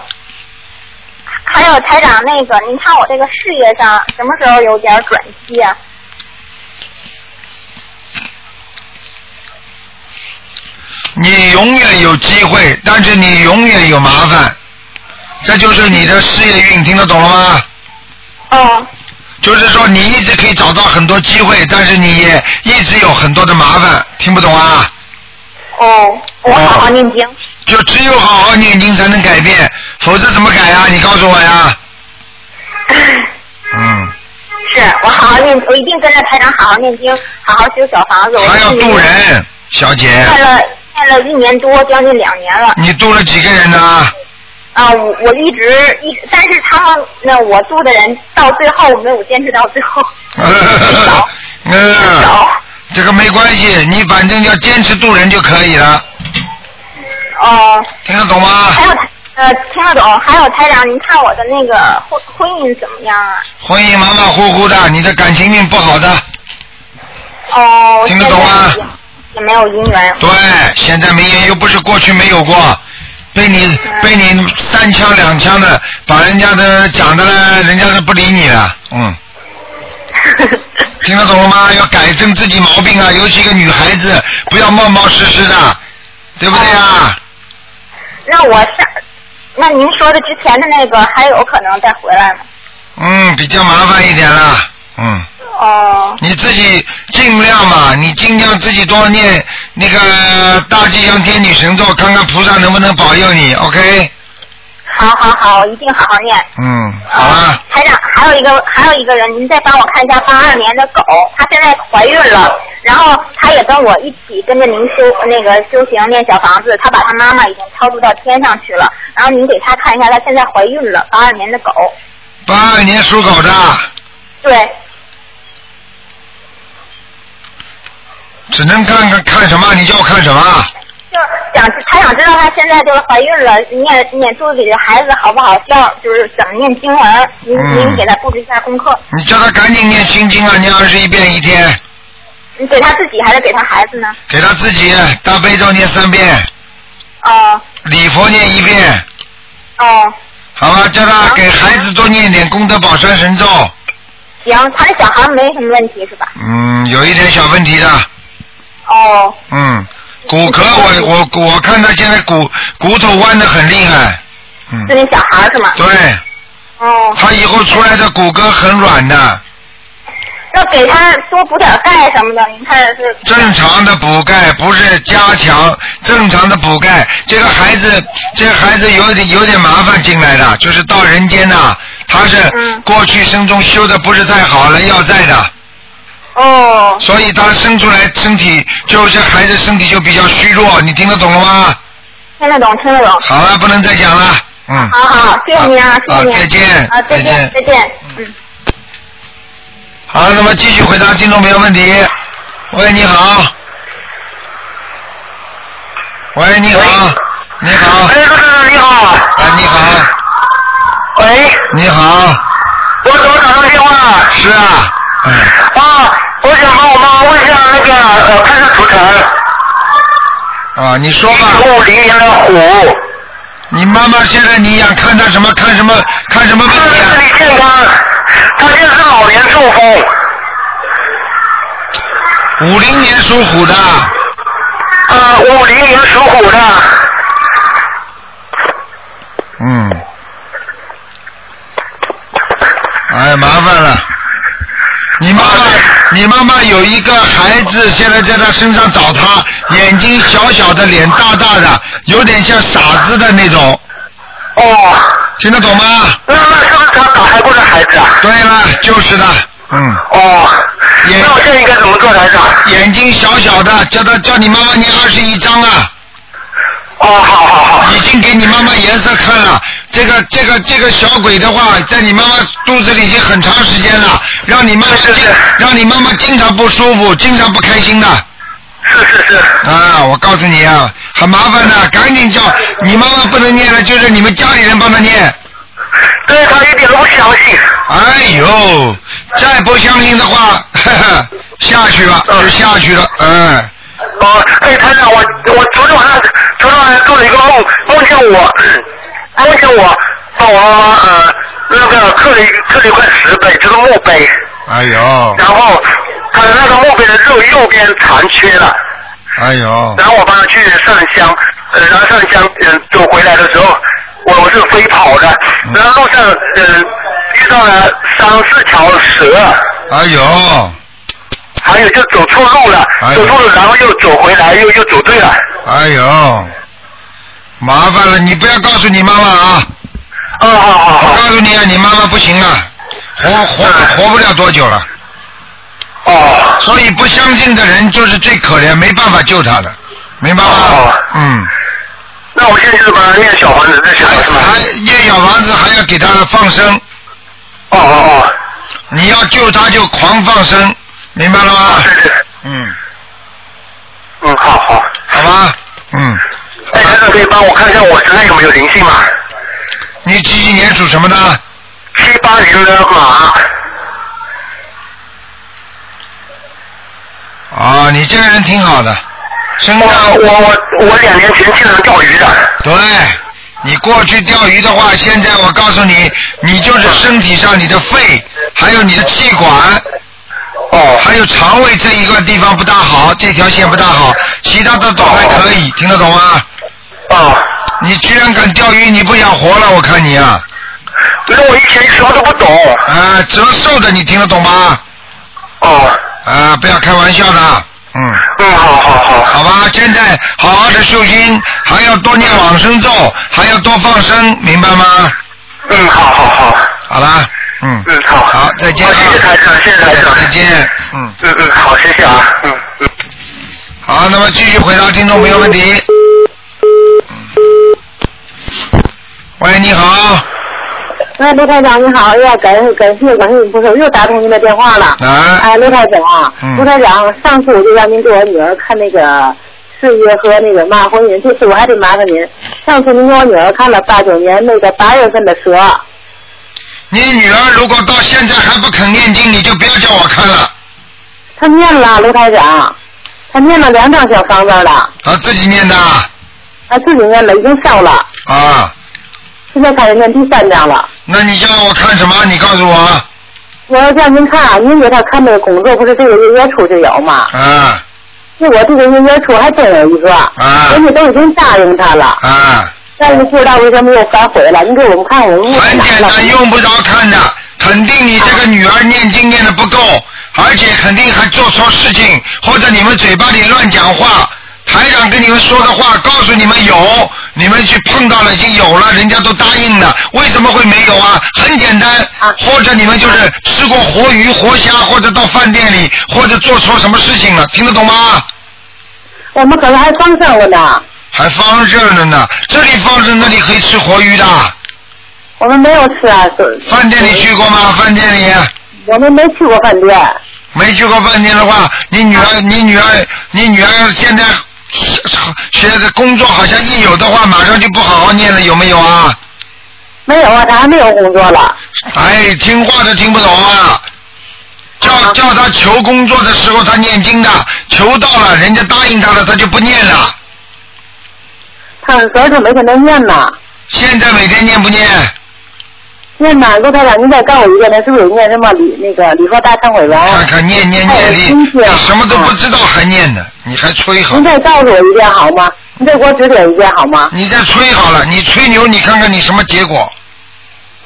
还有台长，那个您看我这个事业上什么时候有点转机啊？你永远有机会，但是你永远有麻烦，这就是你的事业运，听得懂了吗？哦就是说你一直可以找到很多机会，但是你也一直有很多的麻烦，听不懂啊？哦，我好好念经。就只有好好念经才能改变，否则怎么改啊？你告诉我 呀。嗯，是我好好念，我一定跟着台长好好念经，好好修小房子。我还要念渡人，哎小姐，念了念了一年多，将近两年了。你渡了几个人呢、啊，我我一直一直，但是他们那我住的人到最后没有坚持到最后， 呃少，嗯少，这个没关系，你反正要坚持渡人就可以了，哦、听得懂吗？还有台呃听得懂，还有台长，您看我的那个婚婚姻怎么样啊？婚姻马马虎虎的，你的感情运不好的，哦、听得懂吗现在也没有姻缘，对，现在没有，又不是过去没有过，被你被你三枪两枪的把人家的讲的呢，人家都不理你了，啊嗯。听得懂了吗？要改正自己毛病啊，尤其一个女孩子，不要冒冒失失的，对不对啊？那我上那您说的之前的那个还有可能再回来吗？嗯，比较麻烦一点啦，嗯。哦，你自己尽量嘛，你尽量自己多念那个大吉祥天女神咒，看看菩萨能不能保佑你。OK，好好好，一定好好念。嗯，好了，台长，还有一个还有一个人，您再帮我看一下八二年的狗，她现在怀孕了，然后她也跟我一起跟着您修那个修行念小房子，她把她妈妈已经超度到天上去了，然后您给她看一下，她现在怀孕了，八二年的狗，八二年属狗的，对，只能看看看什么？你叫我看什么？就是想台长知道她现在就是怀孕了，念念肚子里的孩子好不好笑，就是怎么念经文，您您给她布置一下功课，你叫他赶紧念心经啊，念二十一遍一天，你给她自己还是给她孩子呢？给他自己大悲咒念三遍，哦礼佛念一遍，哦，好吧？叫他给孩子多念一点功德宝山神咒，行，她的小孩没什么问题是吧？嗯，有一点小问题的，哦。嗯，骨骼我我我看他现在骨骨头弯的很厉害，嗯，是那小孩儿是吗？对哦，他以后出来的骨骼很软的，那给他多补点钙什么的，您看是正常的补钙不是加强，正常的补钙，这个孩子这个孩子有点有点麻烦进来的，就是到人间呐、他是嗯过去生中修的不是太好了，要债的，哦所以他生出来身体就是孩子身体就比较虚弱，你听得懂了吗？听得懂，听得懂。好了，不能再讲了，嗯。好好，谢谢您啊，谢谢您。再见啊，再再见见，再见。嗯，好，那么继续回答听众朋友问题。喂，你好。喂，你好。你好。哎，陆先生你好。哎，你好。喂，你好。我怎么打通电话？是啊。哎，啊，我想帮我妈问一下那个呃，看看图腾，啊，你说吧。五零年的虎，你妈妈现在你想看她什么？看什么？看什么问她题啊？身体健康，她现在是老年中风，五零年属虎的，呃，五零年属虎的，嗯。哎，麻烦了。你妈妈，你妈妈有一个孩子，现在在她身上找她，眼睛小小的，脸大大的，有点像傻子的那种，哦，听得懂吗？那那是不是她打胎过的孩子啊？对了，就是的，嗯，哦，也那我现在应该怎么做，台长？眼睛小小的，叫她叫你妈妈念二十一章啊，哦，好好好，已经给你妈妈颜色看了。这个这个这个小鬼的话，在你妈妈肚子里已经很长时间了，让你妈妈经让你妈妈经常不舒服，经常不开心的。是是是，啊，我告诉你啊，很麻烦的，赶紧叫你妈妈不能念了，就是你们家里人帮她念。对她一点都不相信。哎呦，再不相信的话， 呵呵下去吧，就下去了，嗯。哦，哎，台长，我我昨天晚上昨天晚上做了一个梦，梦见我，嗯梦见我把我妈妈呃那个刻了一刻了一块石碑，就是墓碑，哎呦，然后她的那个墓碑的肉右边残缺了，哎呦，然后我帮她去上香，呃，然后上香嗯走回来的时候，我是飞跑的，然后路上嗯遇到了三四条蛇。啊哎呦，还有就走错路了，哎呦走错路，然后又走回来，又又走对了。哎呦，麻烦了，你不要告诉你妈妈啊！哦，好我好好。告诉你啊，你妈妈不行了，活活活不了多久了。哦，所以不相信的人就是最可怜，没办法救他的，明白吗哦？嗯。那我现在就是帮他念小房子这些哎了是吗？还念小房子还要给他放生，哦哦你要救他就狂放生，明白了哦，吗对？对，对嗯，嗯，好好。好吧，嗯，哎，先生可以帮我看一下我身上有没有灵性吗？你几几年属什么的？七八零的马，啊，你这个人挺好的，身我上我我我两年前经常钓鱼的。 对，你过去钓鱼的话，现在我告诉你，你就是身体上你的肺，还有你的气管，哦，还有肠胃这一块地方不大好，这条线不大好，其他的都还可以，听得懂吗？哦，你居然敢钓鱼，你不想活了？我看你啊！那我以前什么都不懂。啊，折寿的你听得懂吗？哦。啊，不要开玩笑的。嗯。嗯，好好好。好吧，现在好好的修心，还要多念往生咒，还要多放生，明白吗？嗯，好好好。好啦，嗯。嗯，好。好，再见啊。谢谢台长，谢谢台长。再见。嗯。嗯嗯，好，谢谢啊。嗯嗯。好，那么继续回答听众朋友问题。喂，你好。哎，刘台长你好，哎呀，感谢感谢感谢你不是又打通您的电话了。啊哎，刘台长啊，嗯刘台长，上次我就让您给我女儿看那个事业和那个嘛婚姻，这次我还得麻烦您。上次您给我女儿看了八九年那个八月份的蛇，你女儿如果到现在还不肯念经，你就不要叫我看了，她念了，刘台长，她念了两张小方子了，她啊自己念的她自己念了，已经烧了，啊。现在开始念第三张了。那你叫我看什么？你告诉我我要叫您看啊，您给她看那个工作，不是这个月月初就有吗？啊那我这个月月初还真有一个，啊人家都已经答应她了。啊！但是不知道为什么又反悔了。你给我们看，我们很简单，用用不着看的，肯定你这个女儿念经念的不够，而且肯定还做错事情，或者你们嘴巴里乱讲话。台长跟你们说的话，告诉你们有，你们去碰到了已经有了，人家都答应了，为什么会没有啊？很简单，啊或者你们就是吃过活鱼、活虾，或者到饭店里，或者做错什么事情了，听得懂吗？我们可能还放生了呢，还放热了呢，这里放生，那里可以吃活鱼的。我们没有吃啊，是饭店里去过吗？饭店里我们没去过饭店。啊没去过饭店的话，你女儿，你女儿，你女儿现在学学的工作好像一有的话，马上就不好好念了，有没有啊？没有啊，他还没有工作了。哎，听话都听不懂啊！啊叫叫他求工作的时候，他念经的，求到了，人家答应他了，他就不念了。他昨儿就没跟他念呢，现在每天念不念？念呢。罗台长，您再告我一遍，他是不是有念什么礼那个礼佛大忏悔看文？看念念念力，哎你真是啊什么都不知道还念呢，你还吹好您。再告诉我一遍好吗？您再给我指点一遍好吗？你再吹好了，你吹牛，你看看你什么结果？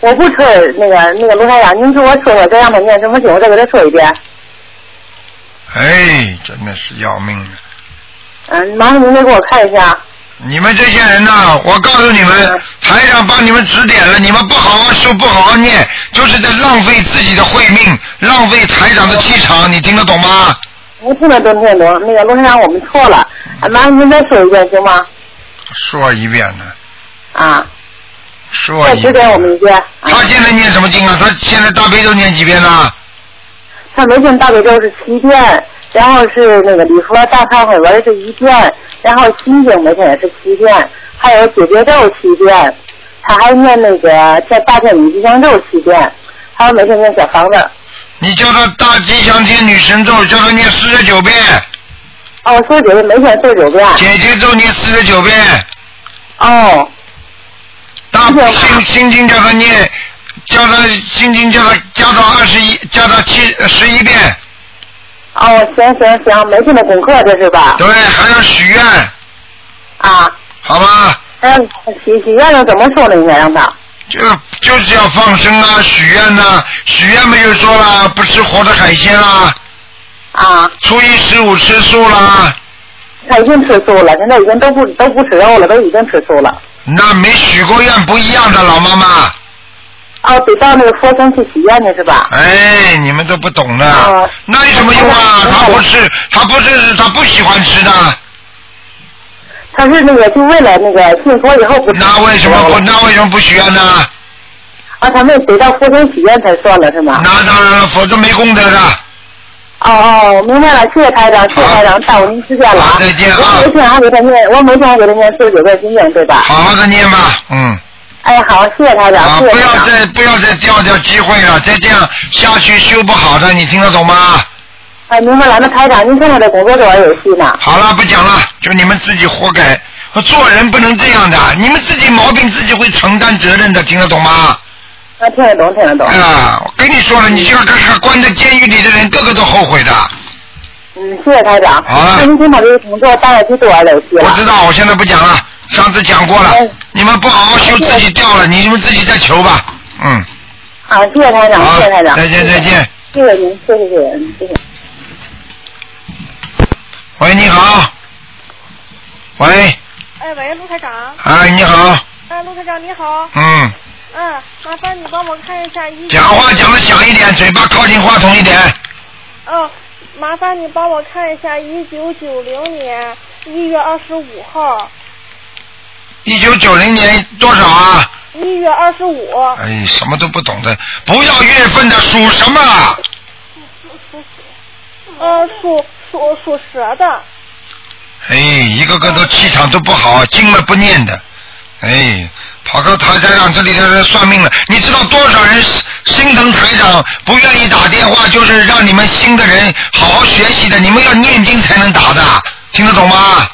我不吹那个那个罗台长，您给我说说，再让他念什么经，我再给他说一遍。哎，真的是要命了！嗯，麻烦您再给我看一下。你们这些人呐、我告诉你们嗯，台长帮你们指点了，你们不好好修，不好好念，就是在浪费自己的慧命，浪费台长的气场，你听得懂吗？我听得懂，听得懂。那个罗台长，我们错了，啊麻烦您再说一遍行吗？说一遍呢，啊，说再一指点我遍。们一遍。啊，他现在念什么经啊？他现在大悲咒念几遍呢？他每天大悲咒是七遍，然后是那个礼佛大忏悔文是一遍，然后心经每天也是七遍，还有解决咒七遍，他还念那个在大天女吉祥咒七遍，还有每天念小房子。你叫他大吉祥天女神咒，叫他念四十九遍，哦，说九遍，每天说九遍。姐姐咒念四十九遍。哦，大心心经叫他念，叫他心经叫他加到二十一，加到七十一遍。哦，行行行，每天的功课这是吧？对，还要许愿，啊，好吧？还有许许愿了怎么说呢？应该让他。就就是要放生啊，许愿呐、许愿嘛就说了，不吃活的海鲜啦、啊，初一十五吃素啦，他已经吃素了，现在已经都不都不吃肉了，都已经吃素了。那没许过愿不一样的，老妈妈。哦，得到那个佛堂去许愿去是吧？哎，你们都不懂的，哦那有什么用啊？我他不吃，他不是他不喜欢吃的，他是那个就为了那个信佛以后不吃那为什么不那为什么不许愿呢？啊？他们得到佛堂许愿才算了是吗？那当然了，否则没功德的。哦哦，我明白了，谢谢台长，谢谢台长，耽误您时间了啊好！再见啊我每天还给他念，我每天还给他念四十九遍心经，对吧？好好的念吧，嗯，哎，好，谢谢台啊，长，谢谢不台要长。再不要再掉掉机会了，再这样下去修不好的，你听得懂吗？哎，明白了，那台长，您现在的工作多少有戏呢？好了，不讲了，就你们自己活该。做人不能这样的，你们自己毛病自己会承担责任的，听得懂吗？啊，听得懂，听得懂。啊，我跟你说了，你就要看看关在监狱里的人，个个都后悔的。嗯，谢谢台长。好了那您今天把这个工作大概是多少有戏了我？知道，我现在不讲了，上次讲过了，哎你们不好好修自己掉了，你们自己再求吧。嗯，好，啊谢谢台长，好谢谢台长，再见再见。谢谢您，谢谢谢谢您，谢谢。喂，你好。喂，哎，喂，陆台长。哎，你好，哎，陆台长你好。嗯，嗯，麻烦你帮我看一下一。讲话讲的响一点，嘴巴靠近话筒一点。哦，麻烦你帮我看一下一九九零年一月二十五号，一九九零年多少啊？一月二十五哎，什么都不懂的，不要月份的，属什么啊？呃，属属属蛇的。哎，一个个都气场都不好，经了不念的，哎，跑到台长这里来算命了。你知道多少人心心疼台长不愿意打电话，就是让你们新的人好好学习的，你们要念经才能打的，听得懂吗？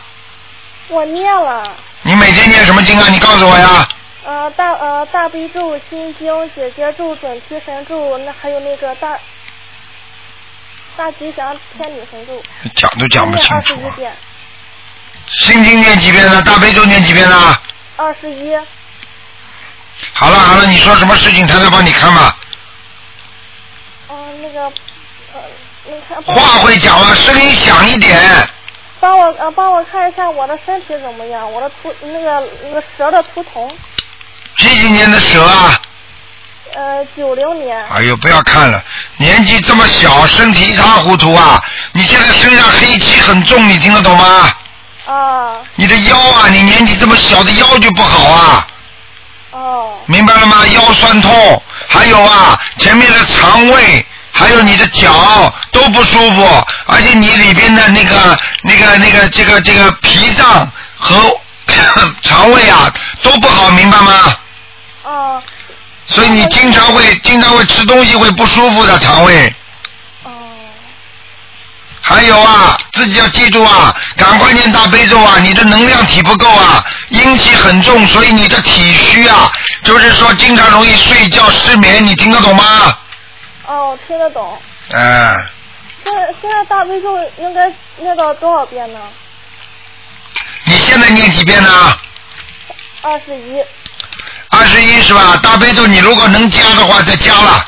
我念了，你每天念什么经啊？你告诉我呀。呃大呃大悲咒、心经、解结咒、准提神咒，那还有那个大大吉祥天女神咒，讲都讲不清二十楚。啊一遍，心经念几遍了？大悲咒念几遍了？二十一。好了好了，你说什么事情，台长帮你看吧。嗯，那个，呃，那个。话会讲啊，声音响一点。帮我呃，帮我看一下我的身体怎么样，我的图那个那个蛇的图腾，几几年的蛇啊？呃，九零年，哎呦，不要看了，年纪这么小，身体一塌糊涂啊！你现在身上黑气很重，你听得懂吗？啊，你的腰啊，你年纪这么小的腰就不好啊。哦。明白了吗？腰酸痛，还有啊，前面的肠胃，还有你的脚都不舒服，而且你里边的那个、那个、那个、这个、这个脾脏和 肠胃啊都不好，明白吗？哦。所以你经常会经常会吃东西会不舒服的肠胃。哦。还有啊，自己要记住啊，赶快念大悲咒啊！你的能量体不够啊，阴气很重，所以你的体虚啊，就是说经常容易睡觉失眠，你听得懂吗？哦，听得懂。嗯，现在现在大悲咒应该念到多少遍呢？你现在念几遍呢？二十一。二十一是吧？大悲咒你如果能加的话，再加了，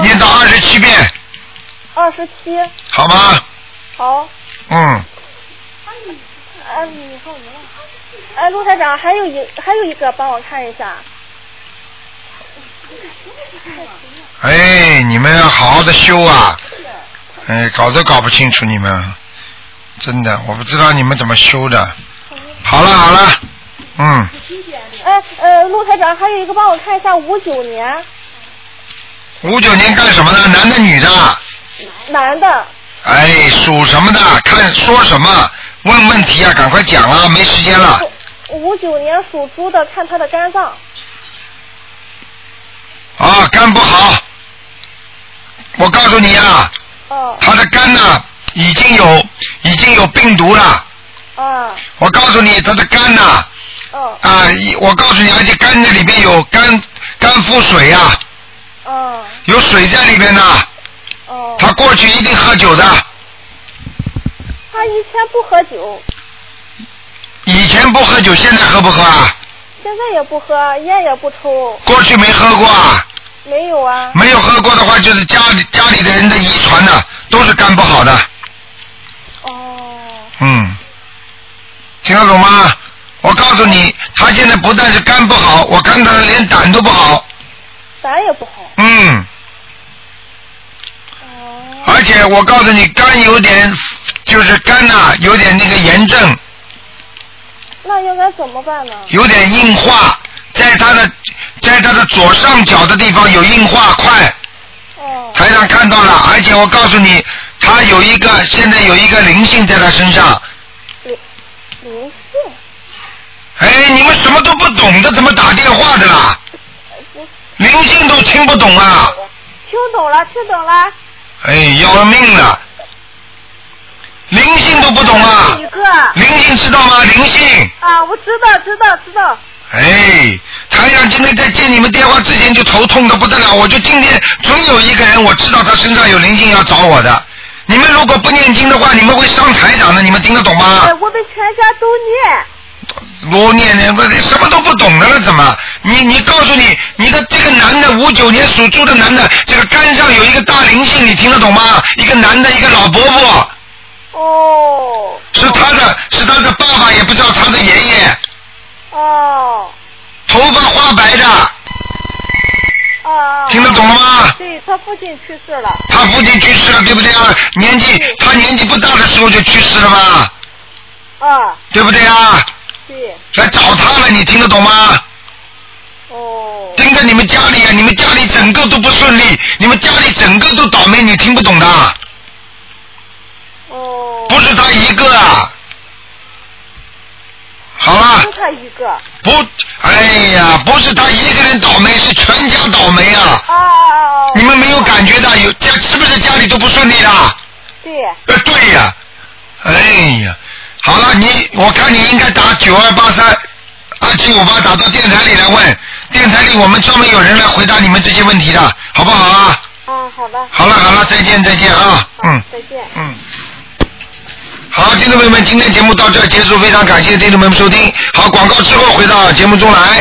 念到二十七遍，二十七，好吗？好。嗯，哎，你说你了。哎，陆台长，还有一还有一个，帮我看一下。哎，你们要好好的修啊！哎，搞都搞不清楚你们，真的，我不知道你们怎么修的。好了好了，嗯，哎，呃，陆台长，还有一个，帮我看一下五九年五九年干什么呢？男的女的？男的，哎，属什么的？看说什么？问问题啊，赶快讲啊，没时间了。五九年属猪的，看他的肝脏。啊，肝不好。我告诉你啊，他的肝呐、已经有已经有病毒了。啊。我告诉你，他的肝呐、啊。一我告诉你，而且肝那里边有肝肝腹水啊。有水在里边呢。哦。他过去一定喝酒的，他以前不喝酒，以前不喝酒，现在喝不喝啊？现在也不喝，烟也不抽。过去没喝过啊？没有啊。没有喝过的话，就是家里家里的人的遗传的，都是肝不好的。哦。嗯，听得懂吗？我告诉你，他现在不但是肝不好，我看他连胆都不好。胆也不好。嗯。哦而且我告诉你，肝有点，就是肝呐、有点那个炎症，那应该怎么办呢？有点硬化，在他的在他的左上角的地方有硬化块。台上看到了，而且我告诉你，他有一个现在有一个灵性在他身上。灵性。哎，你们什么都不懂的，怎么打电话的啦？灵性都听不懂啊！听懂了，听懂了。哎，要了命了！灵性都不懂啊！一个。灵性知道吗？灵性。啊，我知道，知道，知道。哎，台长今天在接你们电话之前就头痛的不得了，我就今天总有一个人我知道他身上有灵性要找我的。你们如果不念经的话，你们会上台长的，你们听得懂吗？哎，我们全家都念。不念念不什么都不懂的了，怎么？你你告诉你，你的这个男的五九年属猪的男的，这个肝上有一个大灵性，你听得懂吗？一个男的，一个老伯伯。哦。是他的，是他的爸爸，也不知道他的爷爷。哦。哦头发花白的，啊，听得懂了吗对他父亲去世了，嗯他父亲去世了，对不对啊？年纪他年纪不大的时候就去世了嘛，啊，对不对啊？对，来找他了，你听得懂吗？哦。盯着你们家里啊，你们家里整个都不顺利，你们家里整个都倒霉，你听不懂的。哦。不是他一个啊。好了，就他一个，不，哎呀，不是他一个人倒霉，是全家倒霉啊！哦你们没有感觉到有家是不是家里都不顺利的？对，呃，对呀，哎呀，好了，你我看你应该打九二八三二七五八打到电台里来问，电台里我们专门有人来回答你们这些问题的，好不好啊？啊，好的，好了好了，再见再见啊，嗯。再见。嗯。好，听众朋友们，今天节目到这儿结束，非常感谢听众朋友们收听。好，广告之后回到节目中来。